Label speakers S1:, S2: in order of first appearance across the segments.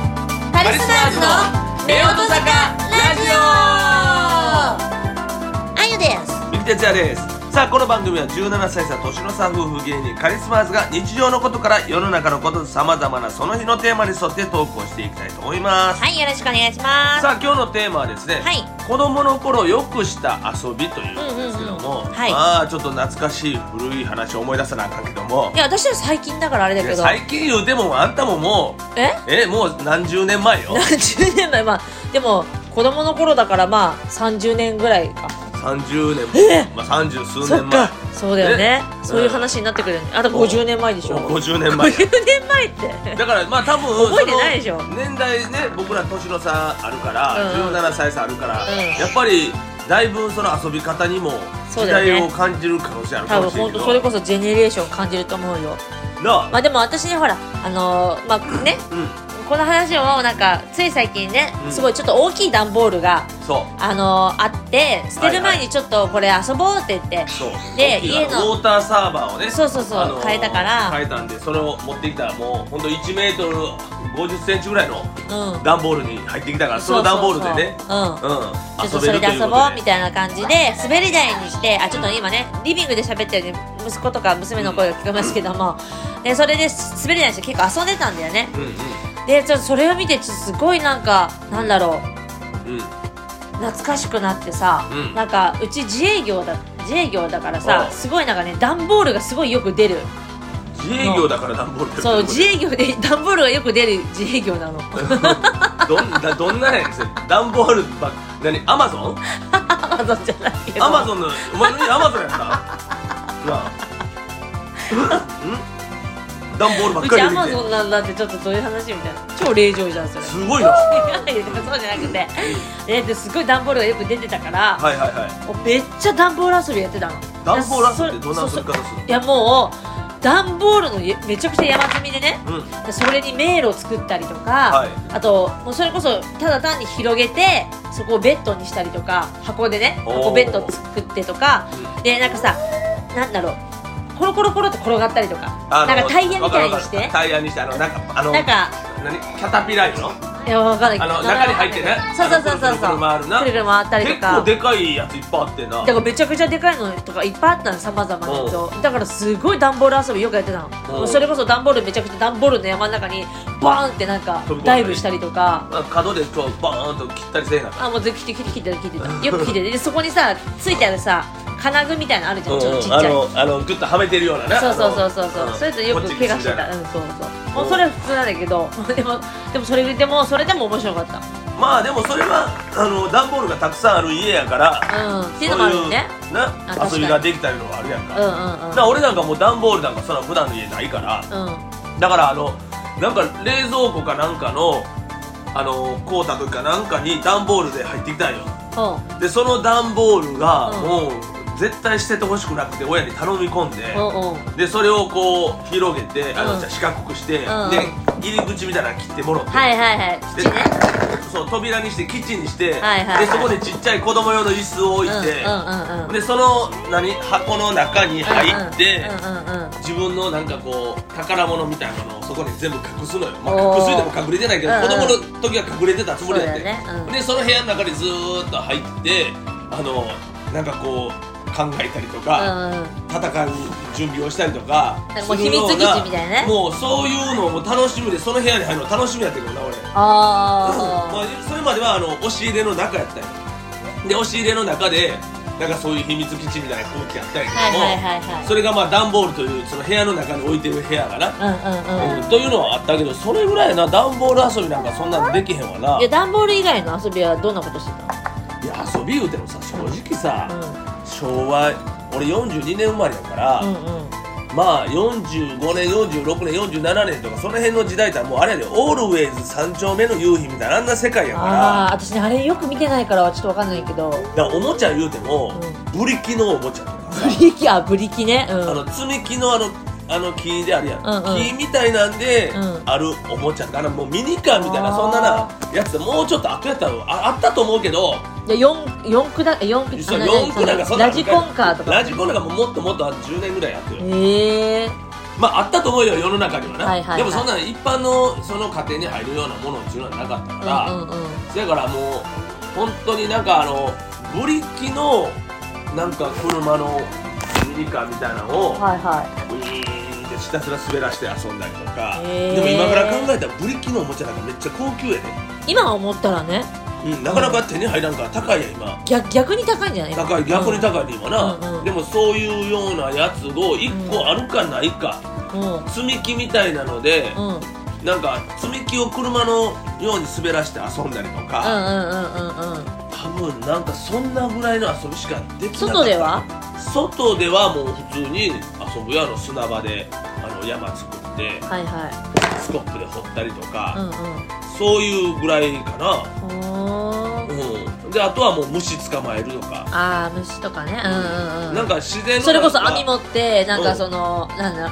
S1: リスナーズの
S2: レオ
S1: 夫
S2: ト
S1: 坂
S2: ラジオあゆです
S1: 三木哲也ですさあこの番組は17歳差年の差夫婦芸人カリスマーズが日常のことから世の中のことさまざまなその日のテーマに沿ってトークをしていきたいと思います、
S2: はいよろしくお願いします
S1: さあ今日のテーマはですね、
S2: はい
S1: 子供の頃よくした遊びというんですけど
S2: う
S1: も、
S2: んうんうんはい
S1: まあちょっと懐かしい古い話を思い出さなあかんけども
S2: いや私は最近だからあれだ
S1: い
S2: け
S1: や
S2: ど
S1: 最近言うてもあんたもも
S2: え
S1: うえもう何十年前よ
S2: 何十年前まあでも子供の頃だからまあ30年ぐらいか
S1: 30年まあ三十数
S2: そっ
S1: 年前
S2: かそうだよね
S1: え
S2: そういう話になってくるよねあと50年前でしょ
S1: もう50年前
S2: 50年前って
S1: だからまあ多分
S2: 覚えてないでしょ
S1: その年代ね僕ら年の差あるから、
S2: うん
S1: 17歳差あるから、
S2: うん
S1: やっぱりだいぶその遊び方にも
S2: そ
S1: 時
S2: うだよね
S1: 代を感じる可能性あるか
S2: 多分
S1: もしれな
S2: 本
S1: いけ
S2: 当
S1: ど
S2: それこそジェネレーション感じると思うよ
S1: なあ、
S2: まあでも私ねほらあのーまあね
S1: うん
S2: この話をなんかつい最近ね、
S1: うん
S2: すごいちょっと大きい段ボールが
S1: そ
S2: あのーあって捨てる前にちょっとこれ遊ぼうって言って、
S1: うそう
S2: で
S1: 大きい
S2: 家
S1: あ
S2: の
S1: ウォーターサーバーをね
S2: そうそうそう
S1: あのー
S2: 変えたから
S1: 変えたんでそれを持ってきたらもうほんと1メートル5 0ンチぐらいの
S2: うん
S1: 段ボールに入ってきたからその段ボールでね
S2: そうそうそううんちょっ
S1: う
S2: と
S1: ん
S2: それで遊
S1: こ
S2: ぼう
S1: と
S2: みたいな感じで滑り台にしてあちょっと今ねリビングで喋ってるね息子とか娘の声が聞こえますけどもでそれで滑り台にして結構遊んでたんだよねでちょっとそれを見てちょっとすごいなんかなんだろう
S1: うんうんうん
S2: 懐かしくなってさ、
S1: うん
S2: なんかうち自営業だ自営業だからさ
S1: おう
S2: すごいなんかね段ボールがすごいよく出る
S1: 自営業だから段ボールって
S2: そう自営業で段ボールがよく出る自営業 なの
S1: どんなどんなやつ段ボールばっ何アマゾン
S2: アマゾンじゃないけど
S1: アマゾンのお前の家アマゾン やったなあうん段ボールばっ
S2: う
S1: か
S2: ち
S1: り
S2: ア
S1: 入
S2: マ
S1: れて
S2: ゾンなんだってちょっとそういう話みたいな超冷場じゃんそれ
S1: すごいなは
S2: 違うよそうじゃなくてえですごい段ボールがよく出てたから、
S1: いはいは
S2: めっちゃ段ボール遊びやってたの
S1: い段ボール遊びってど
S2: そ
S1: んな遊
S2: そ
S1: び方す
S2: いやもう段ボールのやめちゃくちゃ山積みでね
S1: るのうん
S2: でそれに迷路を作ったりとか、
S1: はい
S2: あともうそれこそただ単に広げてそこをベッドにしたりとか箱でね
S1: おー
S2: 箱ベッド作ってとか
S1: う
S2: でなんかさなんだろうコロコロコロって転がったりとか
S1: あの
S2: なんかタイヤみたいにし
S1: わかるわか
S2: て
S1: るタイヤにしてあのなんかあの
S2: なんか
S1: 何キャタピラーいうの
S2: いやわかんない
S1: あの
S2: 名前
S1: 中に入ってね
S2: そうそうそうそう
S1: くるくる回るな
S2: くるくる回ったり
S1: 結
S2: とか
S1: 構でかいやついっぱいあってな
S2: だからめちゃくちゃでかいのとかいっぱいあったのさまざまなやつをだからすごい段ボール遊びよくやってたの
S1: うん
S2: もうそれこそ段ボールめちゃくちゃ段ボールの山の中にバーンってなんか
S1: 飛び込んだり
S2: ダイブしたりとか
S1: あ角でこうバーンと切ったりせえな
S2: あもうずっと切って切って切ってたよく切ってたでそこにさついてあるさ金具みたいなのあるじゃんちょっとちっち
S1: あ
S2: ゃい
S1: のあのグッとはめてるようなね
S2: そうそうそうそうそう、
S1: ん
S2: それとよ
S1: こっ
S2: く
S1: ち
S2: 怪
S1: に
S2: 我して
S1: みい
S2: た
S1: な
S2: うんそうそうもうそれは普通なんだけど でもでもそれでもそれでも面白かった
S1: まあでもそれはあの段ボールがたくさんある家やから
S2: うんっていうのもあるよね
S1: そういうな
S2: 確かに
S1: 遊びができたりのがあるやん
S2: う
S1: か,、
S2: んう
S1: だか
S2: んうん
S1: ら俺なんかもう段ボールなんかそんな普段の家ないから
S2: うん
S1: だからあのなんか冷蔵庫かなんかのあのこうたくかなんかに段ボールで入ってきたんよ
S2: ほ
S1: でその段ボールが
S2: うん
S1: もう絶対捨ててほしくなくて親に頼み込んで、
S2: ううんうん
S1: でそれをこう広げてあの、
S2: うん
S1: じゃあ四角くして、
S2: ん
S1: で入り口みたいなの切ってもろって、
S2: はいはいはい
S1: で
S2: 口ね
S1: そう扉にしてキッチンにして、
S2: はいはいはい
S1: でそこでちっちゃい子供用の椅子を置い
S2: う
S1: て、
S2: んうんうんうん
S1: でその何箱の中に入って、
S2: うんうんうん
S1: 自分のなんかこう宝物みたいなのをそこに全部隠すのよ、ま
S2: お
S1: あ、
S2: ー
S1: 隠すでも隠れてないけど、
S2: うんうん
S1: 子供の時は隠れてたつもりだっ
S2: そ
S1: て
S2: うだよねうん
S1: でその部屋の中にずーっと入ってあのなんかこう考えたりとか、
S2: うんうん
S1: 戦う準備をしたりとか
S2: なんかもう秘密基地みたいなね
S1: もうそういうのも楽しみでその部屋に入るの楽しみやったけどな俺ま
S2: あ
S1: あ、それまではあの押し入れの中やったんよで押し入れの中でなんかそういう秘密基地みたいな空気やったんや
S2: あ
S1: け
S2: はい
S1: ども、
S2: はいはいはい
S1: それがまあ段ボールというその部屋の中に置いてる部屋がな、
S2: うんうんうん
S1: うんというのはあったけどそれぐらいな段ボール遊びなんかそんなんできへんわない
S2: や段ボール以外の遊びはどんなことして
S1: いや遊び言うてもさ正直さ、
S2: たの
S1: 昭和俺42年生まれやから、
S2: うんうんうん
S1: まあ45年46年47年とかその辺の時代ってもうあれやでオールウェイズ三丁目の夕日みたいなあんな世界や
S2: あ
S1: か
S2: あ私ねあれよく見てないからちょっとわかんないけど
S1: らだからおもちゃ言うても、ブリキのおもちゃとかさ
S2: ブリキあブリキねうん
S1: あの積み木のあのあの木であるやん、
S2: うんうん
S1: 木みたいなんで、
S2: うん
S1: あるおもちゃかなもうミニカーみたいな
S2: あー
S1: そんななやつでもうちょっと後やったらああったと思うけど
S2: いや四四駆だえ四駆
S1: そう
S2: あの
S1: 四駆なんかそんな
S2: ラジコンカーとか
S1: ラジコンなんかもうもっともっと10年ぐらいやってるよ
S2: ええ
S1: まああったと思うよ世の中にはな、
S2: はいはいはい
S1: でもそんな一般のその家庭に入るようなものっていうのはなかったから、
S2: うんうんうん
S1: そやからもう本当になんかあのブリキのなんか車のミニカーみたいなのを、
S2: はいは
S1: ウィーンってひたすら滑らして遊んだりとか、
S2: へー
S1: でも今から考えたらブリキのおもちゃなんかめっちゃ高級やで、
S2: い今思ったらね
S1: うん、なかなか手に入らんから高いや今
S2: 逆逆に高いんじゃない今
S1: 高い逆に高いね今な、
S2: うんうん
S1: でもそういうようなやつを1個あるかないか、
S2: うん
S1: 積み木みたいなので、
S2: うんうん
S1: なんか積み木を車のように滑らして遊んだりと
S2: う
S1: か、
S2: んうんうんうん
S1: 多分なんかそんなぐらいの遊びしかできなかった
S2: 外では
S1: 外ではもう普通に遊ぶやろ砂場であの山作って
S2: はいは
S1: スコップで掘ったりと
S2: いうん
S1: か、
S2: う
S1: そういうぐらいか
S2: んお
S1: な、
S2: ー
S1: うん、であとはもう虫捕まえるとか、
S2: ああ虫とかねうんうんうん
S1: なんか自然の
S2: それこそ
S1: なんか
S2: 網持ってなん
S1: う
S2: か
S1: ん
S2: その、なんだ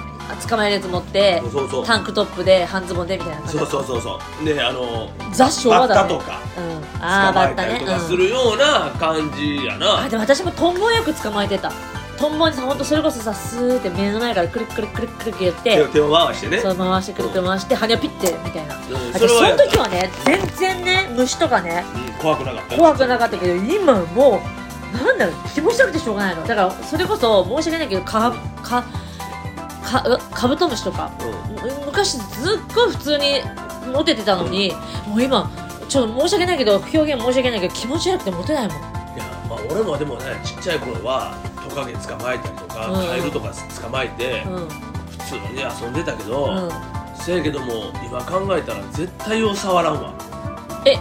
S2: 捕まえるやつ持って
S1: そうそう
S2: タンクトップで半ズボンでみたいな感じ
S1: そうそうそうそうであの
S2: ザ昭
S1: バ
S2: 和
S1: ッタ
S2: だ
S1: と
S2: ね
S1: か
S2: うん
S1: 捕
S2: ああ
S1: ま
S2: バ
S1: え
S2: ッ
S1: た
S2: タ
S1: り
S2: ね
S1: とかす
S2: うん
S1: るような感じやな、
S2: あでも私もトンボよく捕まえてたトンボにさほんとそれこそさスーって目の前からくるくるくるくるくるって
S1: 手を手を回してね
S2: そう回してくるくる回して羽をピッてみたいな
S1: うん
S2: あ
S1: そ
S2: で
S1: れ
S2: そ
S1: はや
S2: の
S1: った
S2: 時はね全然ね虫とかね
S1: うん怖くなかった
S2: 怖くなかったけど今もうなんだろう気持ち悪くてしょうがないのだからそれこそ申し訳ないけどかかかうわカブトムシとか
S1: うん
S2: む昔すっごい普通にモテてたのに、もう今ちょっと申し訳ないけど表現申し訳ないけど気持ち悪くてモテないもん
S1: いやまあ俺もでもねちっちゃい頃はトカゲ捕まえたりとか、
S2: うん
S1: カエルとか捕まえて、
S2: うん
S1: 普通に遊んでたけど、
S2: うん
S1: せやけども今考えたら絶対を触らんわ
S2: え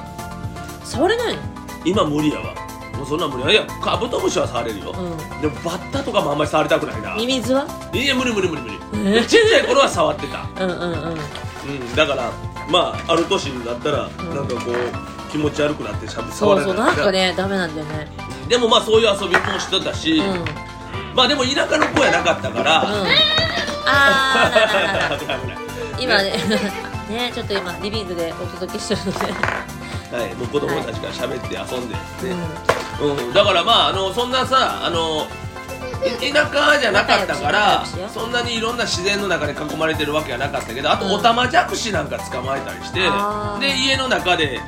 S2: 触れないの
S1: 今無理やわもうそんなん無理やいやカブトムシは触れるよ、
S2: う
S1: でもバッタとかもあんまり触りたくないなん
S2: ミミズはい
S1: や無理無理無理無理
S2: え
S1: ちっちゃい頃は触ってた
S2: うんうんうん
S1: うんだからまあある年になったら、
S2: ん
S1: なんかこう気持ち悪くなってしゃぶ
S2: そ
S1: 触
S2: う
S1: れ
S2: そう
S1: な
S2: ないんかねダメなんだよね
S1: でもまあそういう遊びもしてたし、
S2: うんうん
S1: まあでも田舎の子やなかったから、
S2: あーなななな
S1: 危ない危ない
S2: 今ね ねちょっと今リビングでお届けしてるので、
S1: はい、もう子供たちが喋って遊んで、ねうん、だからまああのそんなさあのい田舎じゃなかったから
S2: 仲良くしよう
S1: そんなにいろんな自然の中に囲まれてるわけはなかったけどあと
S2: うん
S1: オタマジャクシなんか捕まえたりして、
S2: あー
S1: で家の中で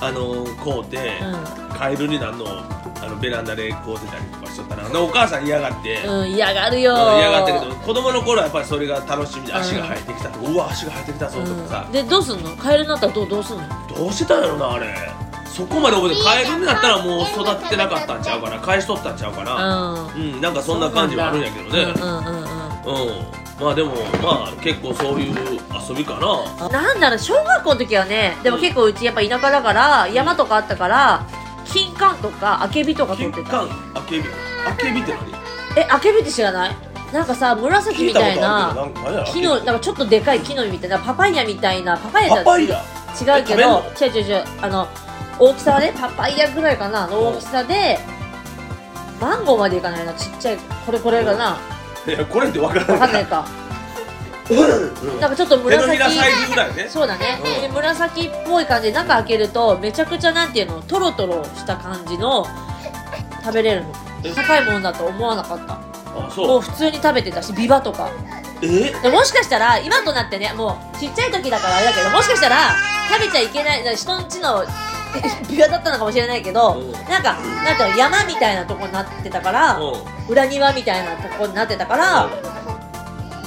S1: あのこうて、
S2: う
S1: カエルになんのあのベランダでこうてたりとかしとったなでお母さん嫌がって、
S2: ん、うん、嫌がるよー
S1: 嫌がったけど子供の頃はやっぱりそれが楽しみで足が生えてきたとか、うわ足が生えてきたぞとかさ、
S2: うん、でどうすんのカエルになったらどうどうすんの
S1: どうしてたんやろなあれそこまで覚えてカエルになったらもう育ってなかったんちゃうかな返しとったんちゃうかな
S2: う
S1: うん、なんかそんな感じはあるんやけどね
S2: うんうんうんうん
S1: うん、まあでもまあ結構そういう遊びかな
S2: なんだろう小学校の時はねでも結構うちやっぱ田舎だから山とかあったから金柑とかあけびとか取
S1: 金
S2: ってた
S1: 管あけびあけびって何
S2: えあけびって知らないなんかさ紫
S1: 聞い
S2: み
S1: たこ
S2: たい
S1: とあ
S2: な
S1: るけどなんか何や
S2: 木のなんかちょっとでかい木の実みたいなパパイヤみたいなパパイヤ
S1: パパイ
S2: じ
S1: ヤ
S2: ゃ違うけど違う違う違うあの大きさはねパパイヤぐらいかなの大きさでマンゴーまでいかないなちっちゃいこれこれかない
S1: やこれってわから
S2: わか
S1: なんい
S2: ないか
S1: うん
S2: なんかちょっと
S1: 手のひ
S2: 紫
S1: らサイズぐらいね
S2: そうだね、
S1: うん
S2: で紫っぽい感じで中開けるとめちゃくちゃなんていうのトロトロした感じの食べれるの
S1: え
S2: 高いものだと思わなかった
S1: あ
S2: も
S1: そう
S2: う普通に食べてたしビバとか
S1: え
S2: でもしかしたら今となってねもうちっちゃい時だからあれだけどもしかしたら食べちゃいけない人んち のビバだったのかもしれないけど、
S1: うん
S2: なんかなんか山みたいなとこになってたから、
S1: う
S2: 裏庭みたいなとこになってたから、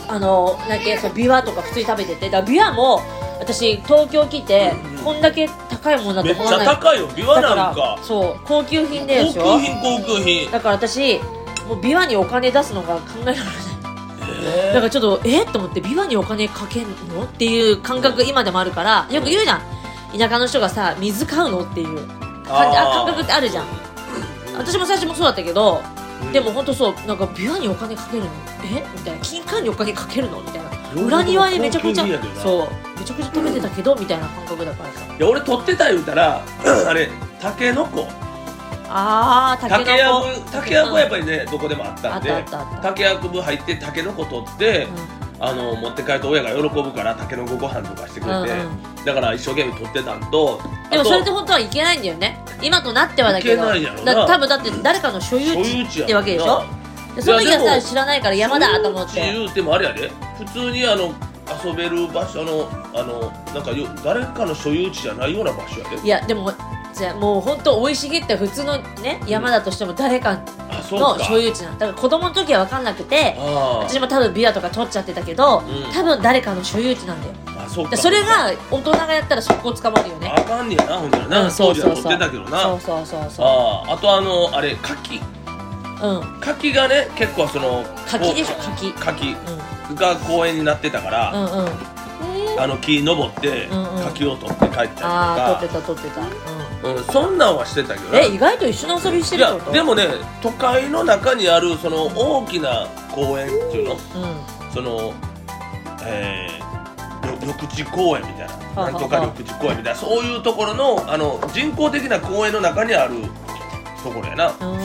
S2: あのなんかそうビワとか普通に食べててだからビワも私東京来て、
S1: うんうん
S2: こんだけ高いものだ
S1: んめ
S2: と
S1: っち
S2: 思わ
S1: ゃ
S2: ない
S1: 高いよビワな
S2: だ
S1: んから
S2: そう高級品でしょ
S1: 高級品高級品
S2: だから私もうビワにお金出すのが考えられない
S1: え
S2: だからちょっとえっと思ってビワにお金かけんのっていう感覚今でもあるからよく言うじゃん田舎の人がさ水買うのっていう感じあ
S1: あー
S2: 感覚ってあるじゃん私も最初もそうだったけど
S1: うん
S2: でも本当そうなんかビワにお金かけるのえみたいな金管にお金かけるのみたい
S1: 両方と
S2: な裏
S1: も
S2: 庭でめちゃくちゃ
S1: 高級品やけどな
S2: そうめちゃくちゃ食べてたけどみたいな感覚だからさ
S1: いや俺取ってた言うたらあれタケノコ
S2: あー
S1: 竹や
S2: の
S1: ぶ竹やぶはやっぱりねどこでもあったんで
S2: あったあったあった
S1: 竹やぶ入って竹の子取って、あの持って帰ると親が喜ぶから竹の子ご飯とかしてくれて、
S2: うん
S1: だから一生懸命取ってたんと
S2: でもそれって
S1: あ
S2: 本当はいけないんだよね今となってはだけど
S1: いけないやろな
S2: だ多分だって誰かの所
S1: と
S2: 有
S1: 所
S2: 地
S1: 有地やもんな
S2: ってわけでしょ
S1: い
S2: でその時
S1: いや
S2: は
S1: で
S2: さ
S1: も
S2: 知らないから山だと思っ
S1: 所有地
S2: て
S1: 言うてもあれやで普通にあの遊べる場所あのあのなんかよ誰かの所有地じゃないような場所やで
S2: いやでもじゃあもう本当生い茂った普通のね山だとしても誰か
S1: あそう
S2: の
S1: か
S2: 所有地なのだから子供の時は分かんなくて
S1: あ
S2: 私も多分ビアとか取っちゃってたけど、
S1: うん
S2: 多分誰かの所有地なんだよだか
S1: ああそうから
S2: それが大人がやったら速攻捕まるよね
S1: あかんねやなほんならな、
S2: うん
S1: 当時は
S2: そう
S1: 持ってたけどな
S2: そうそうそうそ
S1: あああとあのあれ牡蠣
S2: ううん
S1: 牡蠣がね結構その
S2: 柿でしょ柿
S1: 牡蠣
S2: うん
S1: が公園になってたから、
S2: うんうん
S1: あの木登って
S2: うんうん
S1: 柿を取って帰ったりと
S2: ああ取
S1: か
S2: ってた取ってた、うん、
S1: うんそんなんはしてたけどな
S2: え意外と一緒の遊びして
S1: い
S2: るって
S1: や
S2: こと
S1: でもね都会の中にあるその大きな公園っていうの
S2: う
S1: そのえー緑緑地公園みたい
S2: は
S1: な
S2: あ
S1: なんとか
S2: はあ
S1: 緑地公園みたいなそういうところのあの人工的な公園の中にあるところやな、
S2: んうん
S1: うん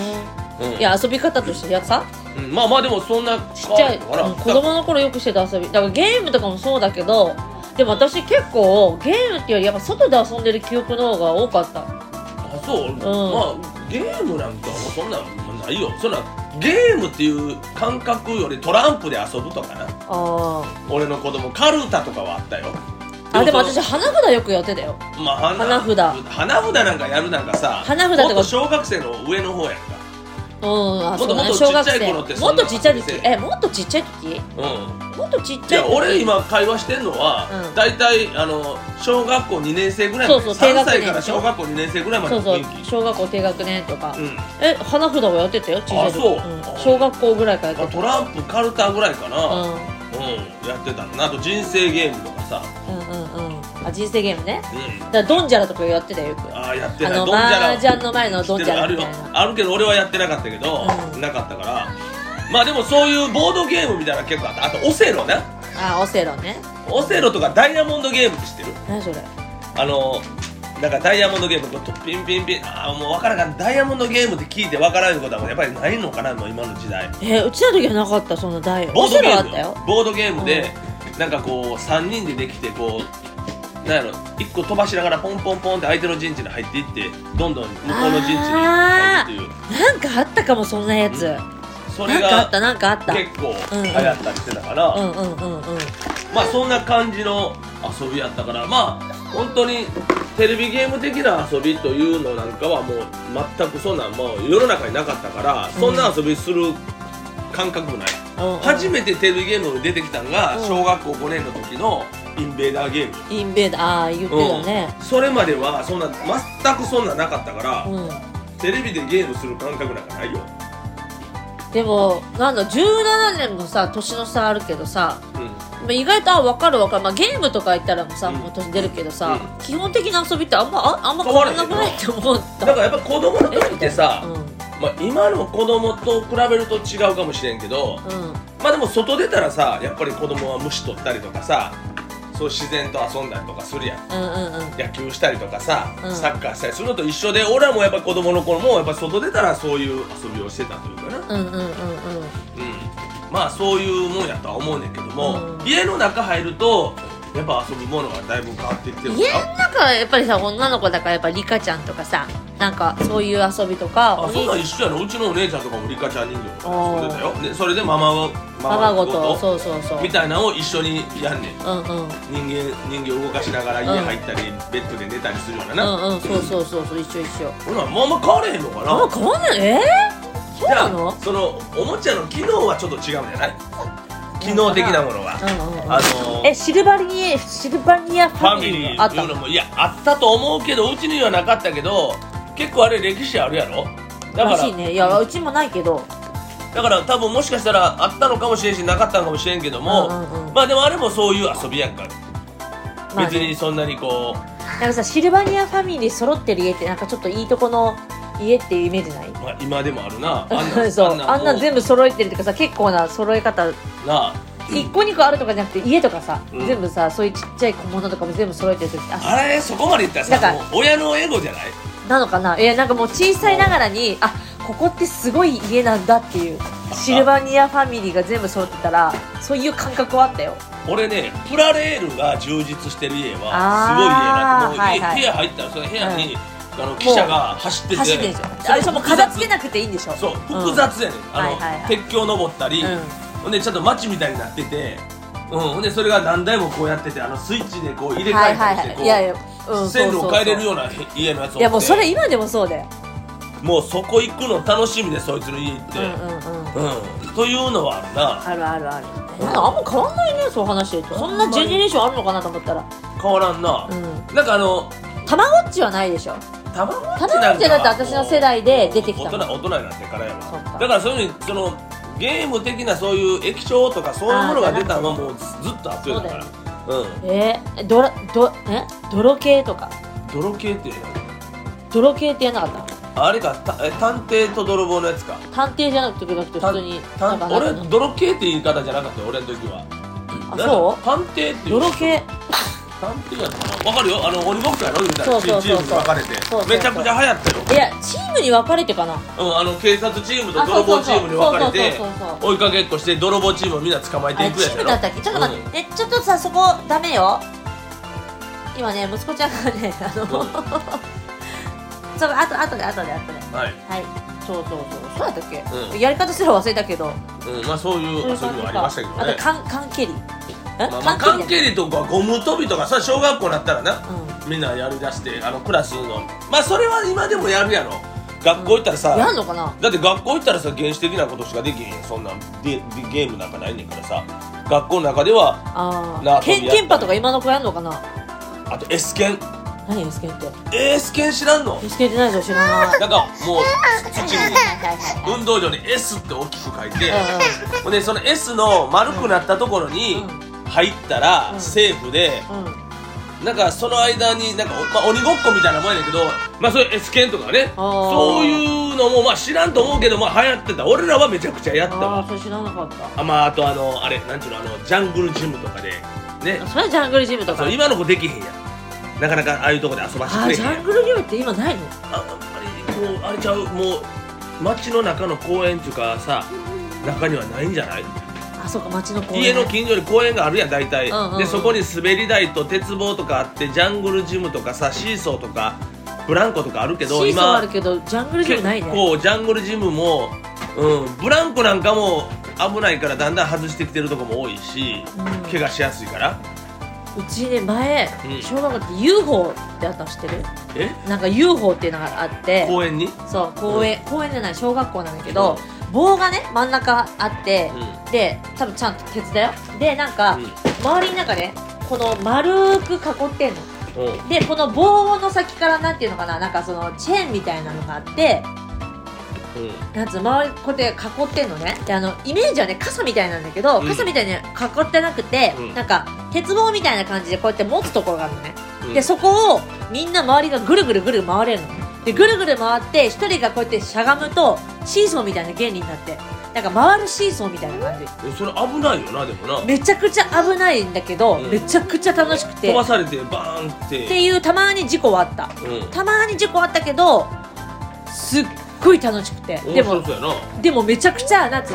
S2: いや遊び方としてやさ
S1: うんまあまあでもそんな
S2: ちっちゃい、
S1: 変わらん
S2: うん
S1: の
S2: 子
S1: かな
S2: 供の頃よくしてた遊びだからゲームとかもそうだけどでも私結構ゲームっていうよりやっぱ外で遊んでる記憶の方が多かった
S1: あそう、まあゲームなんかもうそんなんないよそんなゲームっていう感覚よりトランプで遊ぶとかな
S2: あ
S1: 俺の子供カルタとかはあったよ
S2: あでも
S1: そ
S2: 私花札よくやってたよ
S1: のまあ、
S2: 花札
S1: 花札なんかやるなんかさ
S2: 花札ってこと
S1: もっと小学生の上の方やんか
S2: うんあそう
S1: もっ
S2: ね
S1: と
S2: 小学生
S1: もっとちっちゃい頃ってそ
S2: も
S1: ん
S2: っ
S1: な
S2: とちっちゃい
S1: 遊び
S2: 時
S1: で
S2: えもっとちっちゃい時
S1: うん
S2: もっとちっ
S1: い
S2: ちゃい
S1: や
S2: 時
S1: 俺今会話してんのは、
S2: うん
S1: 大体あの小学校2年生ぐらいまで
S2: そうそう低
S1: 3
S2: 学
S1: 歳
S2: 年
S1: から小学校2年生ぐらいまで
S2: そう
S1: の
S2: そ
S1: 雰
S2: う
S1: 囲気
S2: 小学校低学年とか、
S1: うん
S2: え花札をやってたよ小さい時
S1: あそうん
S2: 小学校ぐらいからや
S1: まあ
S2: って
S1: トランプカルタぐらいかな、
S2: たうん
S1: うん、やってたのなあと人生ゲームとかさ、
S2: うんうんうんあ人生ゲームね
S1: うん、
S2: だからドンジャラとかやってたよよく
S1: ああやって
S2: あ
S1: ない
S2: の
S1: ドンジャラ
S2: 麻雀の前のドンジャ
S1: あ
S2: ラ
S1: る
S2: み
S1: よ
S2: たいな
S1: あるけど俺はやってなかったけど、
S2: うん
S1: なかったからまあでもそういうボードゲームみたいなの結構あったあとオセロな
S2: あオセロね
S1: オセロとかダイヤモンドゲームって知ってる
S2: 何それ
S1: あのなんかダイヤモンドゲームこうとピンピンピンああもう分からんかったダイヤモンドゲームって聞いて分からんってことはもうやっぱりないのかなもう今の時代
S2: えうちの時はなかったその台
S1: ボ
S2: オ
S1: ード
S2: セ
S1: ゲ
S2: ロあ
S1: ー
S2: っ
S1: ム
S2: たよ
S1: ボードゲームで、なんかこう3人でできてこうなんやろ1個飛ばしながらポンポンポンって相手の陣地に入っていってどんどん向こうの陣地に入っていくっていう
S2: なんかあったかもそんなやつ
S1: う
S2: な
S1: それ
S2: んかあ
S1: が
S2: ったなんかあった
S1: 結構
S2: うん
S1: 流行ったりしてたから、
S2: うんうんうんうん
S1: まあそんな感じの遊びやったからまあ本当にテレビゲーム的な遊びというのなんかはもう全くそんなんもう世の中になかったからそんな遊びする感覚もない、初
S2: て
S1: めてテレビゲームに出てきたのが
S2: うん
S1: 小学校5年の時のインベーダーゲーム、
S2: インベーダーああ言ってたね
S1: それまではそんな全くそんななかったから、
S2: うん
S1: テレビでゲームする感覚なんかないよ、
S2: でもなんだ17年もさ年の差あるけどさ
S1: うん、
S2: まあ意外とあ分かる分かる、まあ、ゲームとか言ったらもうさ、
S1: うん
S2: もう年出るけどさ、
S1: う
S2: 基本的な遊びってあんまああんま変わらなくないって思った
S1: だからやっぱ子供の時ってさ、
S2: うん
S1: まあ、今の子供と比べると違うかもしれんけど、
S2: うん
S1: まあでも外出たらさやっぱり子供は虫取ったりとかさそう自然と遊んだりとかするやん
S2: うんうんうん
S1: 野球したりとかさ、
S2: うん
S1: サッカーしたりするのと一緒で俺らもやっぱ子供の頃もやっぱ外出たらそういう遊びをしてたというかな
S2: うんうんうんうん
S1: うん、まあそういうもんやとは思うねんけど
S2: う
S1: も、
S2: ん
S1: 家の中入るとやっぱ遊ぶものがだいぶ変わってきてるん
S2: 家
S1: ちゃう
S2: の中はやっぱりさ女の子だからやっぱリカちゃんとかさなんかそういう遊びとか
S1: あ
S2: お
S1: そん
S2: 兄
S1: なん一緒やのうちのお姉ちゃんとかもリカちゃん人形と
S2: あー
S1: か遊んでたよでそれでママをマ
S2: ママご
S1: ご
S2: とそうそうそう
S1: みたいなのを一緒にやんねん
S2: うんうん
S1: 人間人形動かしながら家入ったり、ベッドで寝たりするような
S2: う
S1: な、
S2: んうんそうそうそうそう一緒一緒
S1: ほらまあまあ変われへんのかな
S2: あんま変わんないえー、そう
S1: じゃ
S2: な
S1: あ
S2: の
S1: そのおもちゃの機能はちょっと違うんじゃない機能的なものは、
S2: うんうんうん
S1: あのー
S2: えシルバニアシルバニアフ
S1: ファ
S2: ァミ
S1: ミリ
S2: リ
S1: ー
S2: ーがあ
S1: っ
S2: って
S1: い
S2: た
S1: うの
S2: の
S1: もいやあったと思うけどうちにはなかったけど結構あれ歴史あるやろだから
S2: らしいねいやうちもないけど
S1: だから多分もしかしたらあったのかもしれんしなかったのかもしれんけども、
S2: うんうんうん
S1: まあでもあれもそういう遊びやんか、
S2: まあね
S1: 別にそんなにこ、
S2: なんかさシルバニアファミリー揃ってる家ってなんかちょっといいとこの家っていうイメージないう
S1: まあ、今でもあるな
S2: そうあんな
S1: も
S2: 全部揃えてるっていうかさ結構な揃え方
S1: なあ
S2: 一個二個あるとかじゃなくて家とかさ、
S1: うん
S2: 全部さそういうちっちゃい小物とかも全部揃えてる時あ
S1: あれそこまでいったらさ
S2: だから
S1: もう親のエゴじゃない
S2: なのかなえー、なんかもう小さいながらにあここってすごい家なんだっていうシルバニアファミリーが全部揃ってたらそういう感覚はあったよ
S1: 俺ねプラレールが充実してる家は
S2: あー
S1: すごい家やなってもう、
S2: はい
S1: 家部屋入ったらその部屋に、あの汽車が走ってて
S2: 走ってるでしょあ
S1: それ
S2: れしかも片付けなくていいんでしょ
S1: そう
S2: うん
S1: 複雑やねん、あの、
S2: はいはいはい
S1: 鉄橋登ったり、
S2: うん
S1: ほんでちょっと街みたいになっててうん、ほんでそれが何台もこうやっててあのスイッチでこう入れ替
S2: は
S1: え
S2: いは
S1: た
S2: い
S1: りし
S2: は
S1: て
S2: い
S1: こ
S2: いやいや、う、
S1: うん線路を変えれる
S2: よ
S1: ような家のやつを
S2: いやもうそれ今でもそうだよ、
S1: もうそこ行くの楽しみでそいつの家行って
S2: うんうんうん
S1: うん、というのはあるな
S2: あるあるある
S1: うん
S2: なんかあんま変わんないねそう話してるとそんなジェネレーションあるのかなと思ったら
S1: 変わらんな
S2: う、ん
S1: なんかあの
S2: たまごっちはないでしょ
S1: たまごっち
S2: た
S1: なんか
S2: まごっちだって私の世代で出てきた
S1: 大人
S2: もん
S1: 大人になってからやわ
S2: そっか
S1: だからそういうふうにそのゲーム的なそういう液晶とかそういうものが出たのはもうずずっと熱いだからう
S2: えー、ドラどえ泥系とか
S1: ん泥系って
S2: 泥系ってやんなかっ
S1: あれかたえ探偵と泥棒のやつか
S2: た探偵じゃなくてなくて
S1: た
S2: 普通にな
S1: た
S2: んかな
S1: 俺
S2: んか
S1: 泥系って言い方じゃなかったよ俺の時は
S2: あそう
S1: 探偵って
S2: う
S1: いう
S2: 泥系
S1: 探偵やったかなわかるよあの鬼ごっこやろみたいな
S2: そうそうそうそう
S1: チームに分かれて
S2: そうそう
S1: めちゃくちゃ流行ったよ
S2: いやチームに分かれてかな
S1: うん、あの警察チームと
S2: あそ
S1: 泥
S2: うそう
S1: 棒チ
S2: そう
S1: ームに分かれて
S2: そうそうそう
S1: 追いかけっこして泥棒チームをみんな捕まえ
S2: あ
S1: て
S2: れ
S1: いく
S2: チ
S1: やつ
S2: ーム
S1: やろ
S2: だったっけちょっと待って、えちょっとさそこダメよ今ね息子ちゃんがねあの、
S1: うん
S2: そうあとあとであとであとで
S1: うんはい
S2: はいそうそうそうそうだったっけ、
S1: うん
S2: やり方すら忘れたけど
S1: うん、まあそういう遊び
S2: そういう感じ
S1: もあり
S2: か
S1: ましたけど
S2: あ
S1: ね
S2: とカンカンケリえ
S1: まあ、まあ
S2: カン
S1: 缶
S2: ケリ
S1: 蹴りとかゴム跳びとかさ小学校になったらな
S2: だうん
S1: みんなやりだしてあのクラスのまあそれは今でもやるやろ学校行ったらさ、
S2: やんのかな
S1: だって学校行ったらさ原始的なことしかできへんやんそんなんででゲームなんかないねんからさ学校の中では
S2: あ
S1: 縄
S2: あ
S1: 跳
S2: ケン
S1: びやったり
S2: ケンパとか今の子やんのかな
S1: あと S 剣
S2: 何 S ケンって
S1: S 剣知らんの
S2: S ケンってないぞ知らない
S1: なんかもう土に
S2: はいはい
S1: 運動場に S って大きく書いて、
S2: はい
S1: ほんでその S の丸くなったところに入ったら
S2: うん
S1: セーフで、
S2: うんうんうん
S1: なんかその間になんか、まあ、鬼ごっこみたいなもんやねんけどまあそういう S 剣とかね
S2: あー
S1: そういうのもまあ知らんと思うけどまあ流行ってた俺らはめちゃくちゃやった
S2: ああ
S1: わ
S2: それ知らなかった
S1: あまああとあのあれなんちゅうのあのジャングルジムとかでね
S2: それはジャングルジムとか
S1: そう今の子できへんやんなかなかああいうとこで遊ばして
S2: あー
S1: くれ
S2: ジ
S1: へんやん
S2: ャングルジムって今ないの
S1: ああれもうあれちゃうもう街の中の公園っていうかさ中にはないんじゃない
S2: あそうか町の公園
S1: 家の近所に公園があるやん大体、
S2: うんうんうん
S1: でそこに滑り台と鉄棒とかあってジャングルジムとかさシーソーとかブランコとかあるけ
S2: シ
S1: ど
S2: ーソーある
S1: 今
S2: けどジャングルジム
S1: 結
S2: ないね
S1: 構ジャングルジムも、うん、ブランコなんかも危ないからだんだん外してきてるとこも多いし、
S2: うん
S1: 怪我しやすいから
S2: うちね前
S1: うん
S2: 小学校って UFO ってあったの知ってる
S1: え
S2: なんか UFO っていうのがあって
S1: 公園に、うん、
S2: そう公園、公園じゃない小学校なんだけど、棒がね真ん中あって、で多分ちゃんと鉄だよでなんか、
S1: うん
S2: 周りになんかねこの丸く囲ってんの
S1: うん
S2: でこの棒の先からなんていうのかななんかそのチェーンみたいなのがあって
S1: うん
S2: なんつうの周りこうやって囲ってんのねであのイメージはね傘みたいなんだけど、
S1: うん
S2: 傘みたいに囲ってなくて、
S1: うん
S2: なんか鉄棒みたいな感じでこうやって持つところがあるのね
S1: うん
S2: でそこをみんな周りがぐるぐるぐる回れるのでぐるぐる回って一人がこうやってしゃがむとシーソーみたいな原理になってなんか回るシーソーみたいな感じ
S1: えそれ危ないよなでもな
S2: めちゃくちゃ危ないんだけど、
S1: うん
S2: めちゃくちゃ楽しくて
S1: 飛ば
S2: っ
S1: されてバーンって
S2: ていうたまに事故はあった
S1: うん
S2: たまに事故あったけどすっごい楽しくてで
S1: 面白
S2: も
S1: そうやな
S2: でもめちゃくちゃなんつう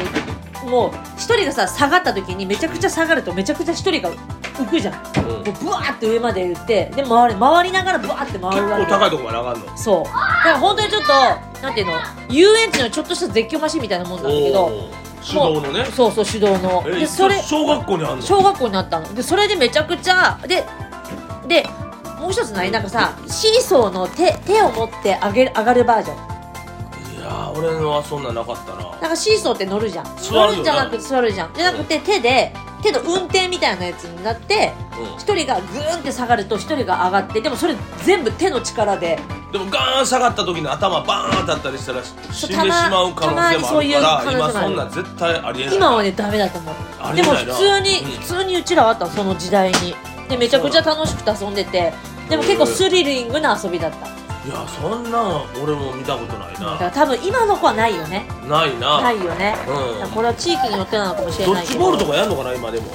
S2: もう一人がさ下がった時にめちゃくちゃ下がるとめちゃくちゃ一人が浮くじゃん
S1: うん
S2: もう
S1: 結
S2: ブワーって上まで行ってで回り回りながらブワーって回るわけ
S1: 構高いとこまで上がるの
S2: そうだから本当にちょっとなんていうの遊園地のちょっとした絶叫マシンみたいなもんなんだけど
S1: おー手動のね
S2: そうそう手動の
S1: え
S2: でそれ
S1: 小学校にあんの
S2: 小学校になったのでそれでめちゃくちゃででもう一つないなんかさシーソーの手手を持って上げる上がるバージョン
S1: いやー俺のはそんなんなかったな
S2: なんかシーソーって乗るじゃん
S1: 座るよな
S2: 乗るんじゃなくて座るじゃんじゃなくて手で手の運転みたいなやつになって一人がグーンって下がると一人が上がってでもそれ全部手の力で
S1: うんでもガーン下がった時に頭バーン当たったりしたら死んでしまう可能性もあるから
S2: たまにそういう可能
S1: 今
S2: 性もある
S1: そんなん絶対ありえない
S2: 今はねダメだと思う
S1: あり
S2: で
S1: え
S2: も
S1: ない
S2: 普
S1: な
S2: 通に、普
S1: うん
S2: 通にうちらはあったのその時代にでめちゃくちゃ楽しくて遊んでてでも結構スリリングな遊びだった
S1: いやそんなん俺も見たことない
S2: だから
S1: な
S2: 多分今の子はないよね
S1: ないな
S2: ないよねだから
S1: う
S2: これは地域によってなのかもしれ
S1: んド
S2: ない
S1: ッ
S2: け
S1: ジ
S2: ど
S1: ボールとかやんのかな今でも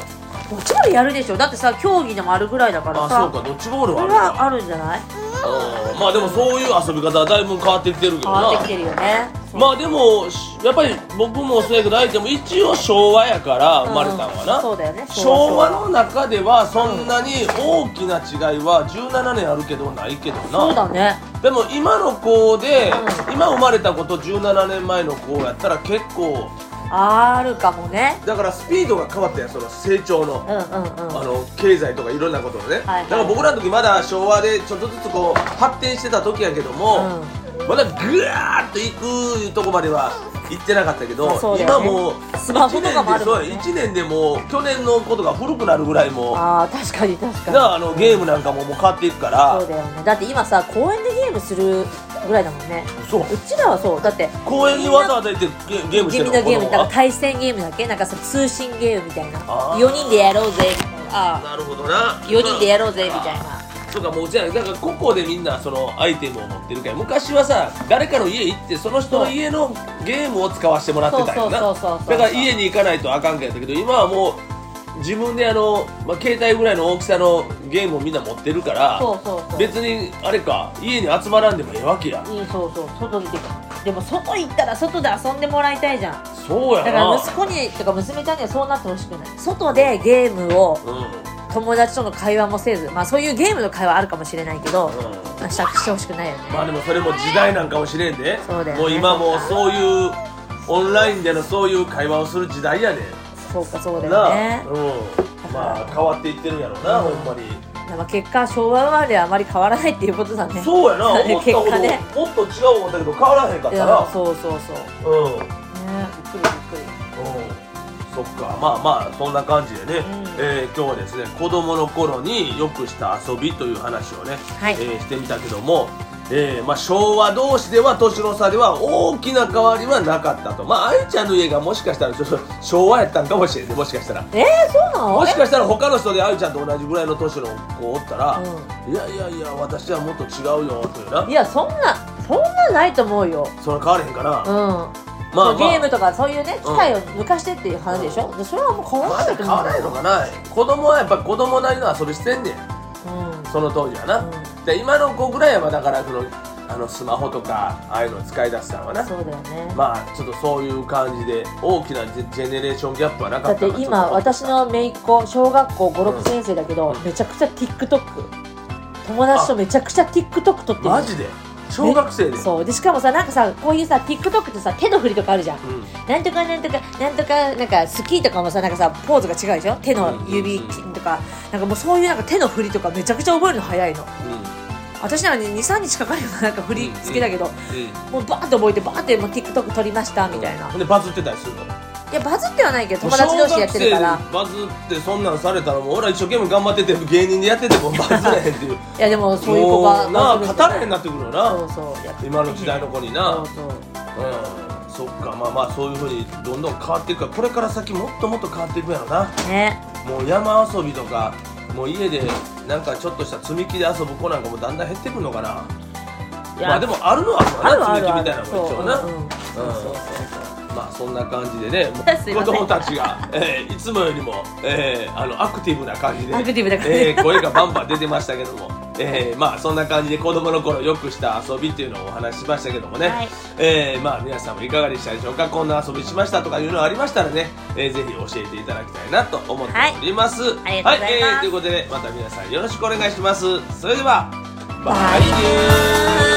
S2: ドッジボールやるでしょだってさ競技でもあるぐらいだから
S1: あ
S2: さ
S1: そうかドッジボール
S2: こ
S1: は
S2: れ
S1: ある
S2: は
S1: か
S2: あるんじゃない
S1: うんまあでもそういう遊び方はだいぶ変わってきてるけど
S2: 変
S1: な
S2: わってきてるよね
S1: まあでもしやっぱり僕もそうやけど相手も一応昭和やから生まれたんはな、
S2: うんそうだよね
S1: 昭和の中ではそんなに大きな違いは17年あるけどないけど
S2: そうだ
S1: な
S2: ね
S1: でも今の子で、
S2: う
S1: 今生まれた子と17年前の子やったら結構
S2: あるかもね
S1: だからスピードが変わったやんその成長の
S2: うんうんうん
S1: あの経済とかいろんなことのね、
S2: はい
S1: だから僕らの時まだ昭和でちょっとずつこう発展してた時やけども、まだぐわーっと行くいうとこまでは行ってなかったけど、
S2: まあそうだ
S1: 今
S2: よね
S1: もう
S2: スマホとかもあるもんね
S1: 1年でもう去年のことが古くなるぐらいもう
S2: ああ確かに確かに
S1: なああのゲームなんかももう変わっていくか
S2: そうだ
S1: ら
S2: よねだって今さ公園でゲームするぐらいだもんね
S1: そう
S2: うちらはそうだって
S1: 公園にわざわざ行ってゲゲームし
S2: 地味
S1: てるの
S2: なゲームだか
S1: 子供
S2: ら
S1: は
S2: 対戦ゲームだっけなんかさ通信ゲームみたいな
S1: あー
S2: 4人でやろうぜみたいなあ
S1: なるほどな
S2: 4人でやろうぜみたいな
S1: そうかもううちらだから個々でみんなそのアイテムを持ってるから昔はさ誰かの家行ってその人の家のゲームを使わせてもらってたん
S2: そ
S1: よな
S2: う
S1: だ
S2: そうそうそうそう
S1: から家に行かないとあかんけど今はもう自分であの、まあ、携帯ぐらいの大きさのゲームをみんな持ってるから
S2: そうそうそう
S1: 別にあれか家に集まらんでもええわけや
S2: いいそうそう外に出てでも外行ったら外で遊んでもらいたいじゃん
S1: そうや
S2: だか
S1: な
S2: ら息子にとか娘ちゃんにはそうなってほしくない外でゲームを
S1: うんうん
S2: 友達との会話もせずまあそういうゲームの会話あるかもしれないけど、まあ、してほしくないよね、
S1: まあでもそれも時代なんかもしれんで
S2: そうだよね
S1: もう今もうそういうオンラインでのそういう会話をする時代やねん
S2: そうかそうだ
S1: な
S2: よ
S1: あ
S2: ね、
S1: うん、まあ変わっていってるんやろうな、
S2: うん
S1: ほんまに
S2: まあ、結果昭和生まれはあまり変わらないっていうことだね
S1: そ うやな
S2: そうね
S1: 思ったほ
S2: 結
S1: ど、
S2: 果ね
S1: もっと違う思ったけど変わらへんかっ
S2: い
S1: たな
S2: やそうそうそうね
S1: うん、うん、
S2: びっくりびっくり
S1: そっかまあまあそんな感じでね、
S2: ん
S1: えー今日はですね子供の頃によくした遊びという話をね、
S2: はい
S1: えーしてみたけどもえーまあ、昭和同士では年の差では大きな変わりはなかったとまあ愛ちゃんの家がもしかしたらちょっと昭和やったんかもしれんねもしかしたら
S2: えー、そうなの
S1: もしかしたら他の人で愛ちゃんと同じぐらいの年の子おったら、
S2: う
S1: いやいやいや私はもっと違うよという
S2: え
S1: ない
S2: やそんなそんなないと思うよ
S1: それ変われへんかな、
S2: うんま
S1: まあまあ
S2: ゲームとかそういうね機
S1: うん
S2: 械を抜かしてっていう話でしょ、それはもう変わ
S1: ま
S2: らな
S1: だ
S2: いと
S1: 変
S2: 思う
S1: わ
S2: ん
S1: ら
S2: だ
S1: へ
S2: よ
S1: んのかな子供はやっぱり子供なりの遊びしてんねん
S2: うん
S1: その当時はな、
S2: うん
S1: で今の子ぐらいはだからそのあのスマホとかああいうのを使い出したのはな
S2: そうだよね、
S1: まあちょっとそういう感じで大きなジェジェネレーションギャップはな
S2: だ
S1: かっ
S2: ったて
S1: のか
S2: 今
S1: ちょっと
S2: 私の姪っ子小学校56、
S1: うん
S2: 年生だけどめちゃくちゃ TikTok 友達とめちゃくちゃ TikTok 撮ってる
S1: マジで小学生で、
S2: ねそうでしかもさなんかさこういうさ TikTok ってさ手の振りとかあるじゃん
S1: うん
S2: なんとかなんとかなんとかなんかスキーとかもさなんかさポーズが違うでしょ手の指とか、なんかもうそういうなんか手の振りとかめちゃくちゃ覚えるの早いの私なんか23日かかるようななんか振り付けだけど、
S1: うんうん
S2: もうバーッと覚えてバーッてもう TikTok 撮りましたみたいな、
S1: ほ
S2: い
S1: んでバズってたりするの
S2: やバズってはないけど友達同士でやってるから
S1: 小学生でバズってそんなんされたらもう俺ら一生懸命頑張ってて芸人でやっててもバズらへんっていう
S2: いやでもそういう子が
S1: もうなあ
S2: バズるん
S1: 勝
S2: だ
S1: た
S2: よ
S1: れへんなってくるよ
S2: そ
S1: な
S2: うそうやって
S1: 今の時代の子にな
S2: そううんそう
S1: そっかまあまあそういうふうにどんどん変わっていくからこれから先もっともっと変わっていくやろな
S2: ね
S1: もう山遊びとかもう家でなんかちょっとした積み木で遊ぶ子なんかもだんだん減ってくるのかない
S2: や
S1: まあでもあるのは
S2: あ
S1: ある
S2: る
S1: わな
S2: あるあ
S1: 積み木みたいな
S2: る
S1: の
S2: そうう
S1: も一応
S2: ん
S1: な
S2: うんそうそうそう
S1: まあそんな感じでね、もう
S2: すいませ
S1: 子
S2: ん
S1: 供たちが、えーいつもよりも、えーあのアクティブな感じで、
S2: アクティブな感じ
S1: えー声がバンバン出てましたけども、えーまあそんな感じで子供の頃よくした遊びっていうのをお話ししましたけどもね、
S2: はい
S1: えーまあ皆さんもいかがでしたでしょうか。こんな遊びしましたとかいうのありましたらね、えーぜひ教えていただきたいなと思っております。はい
S2: ありがとうございます
S1: えーということでまた皆さんよろしくお願いします。それではバイニュー。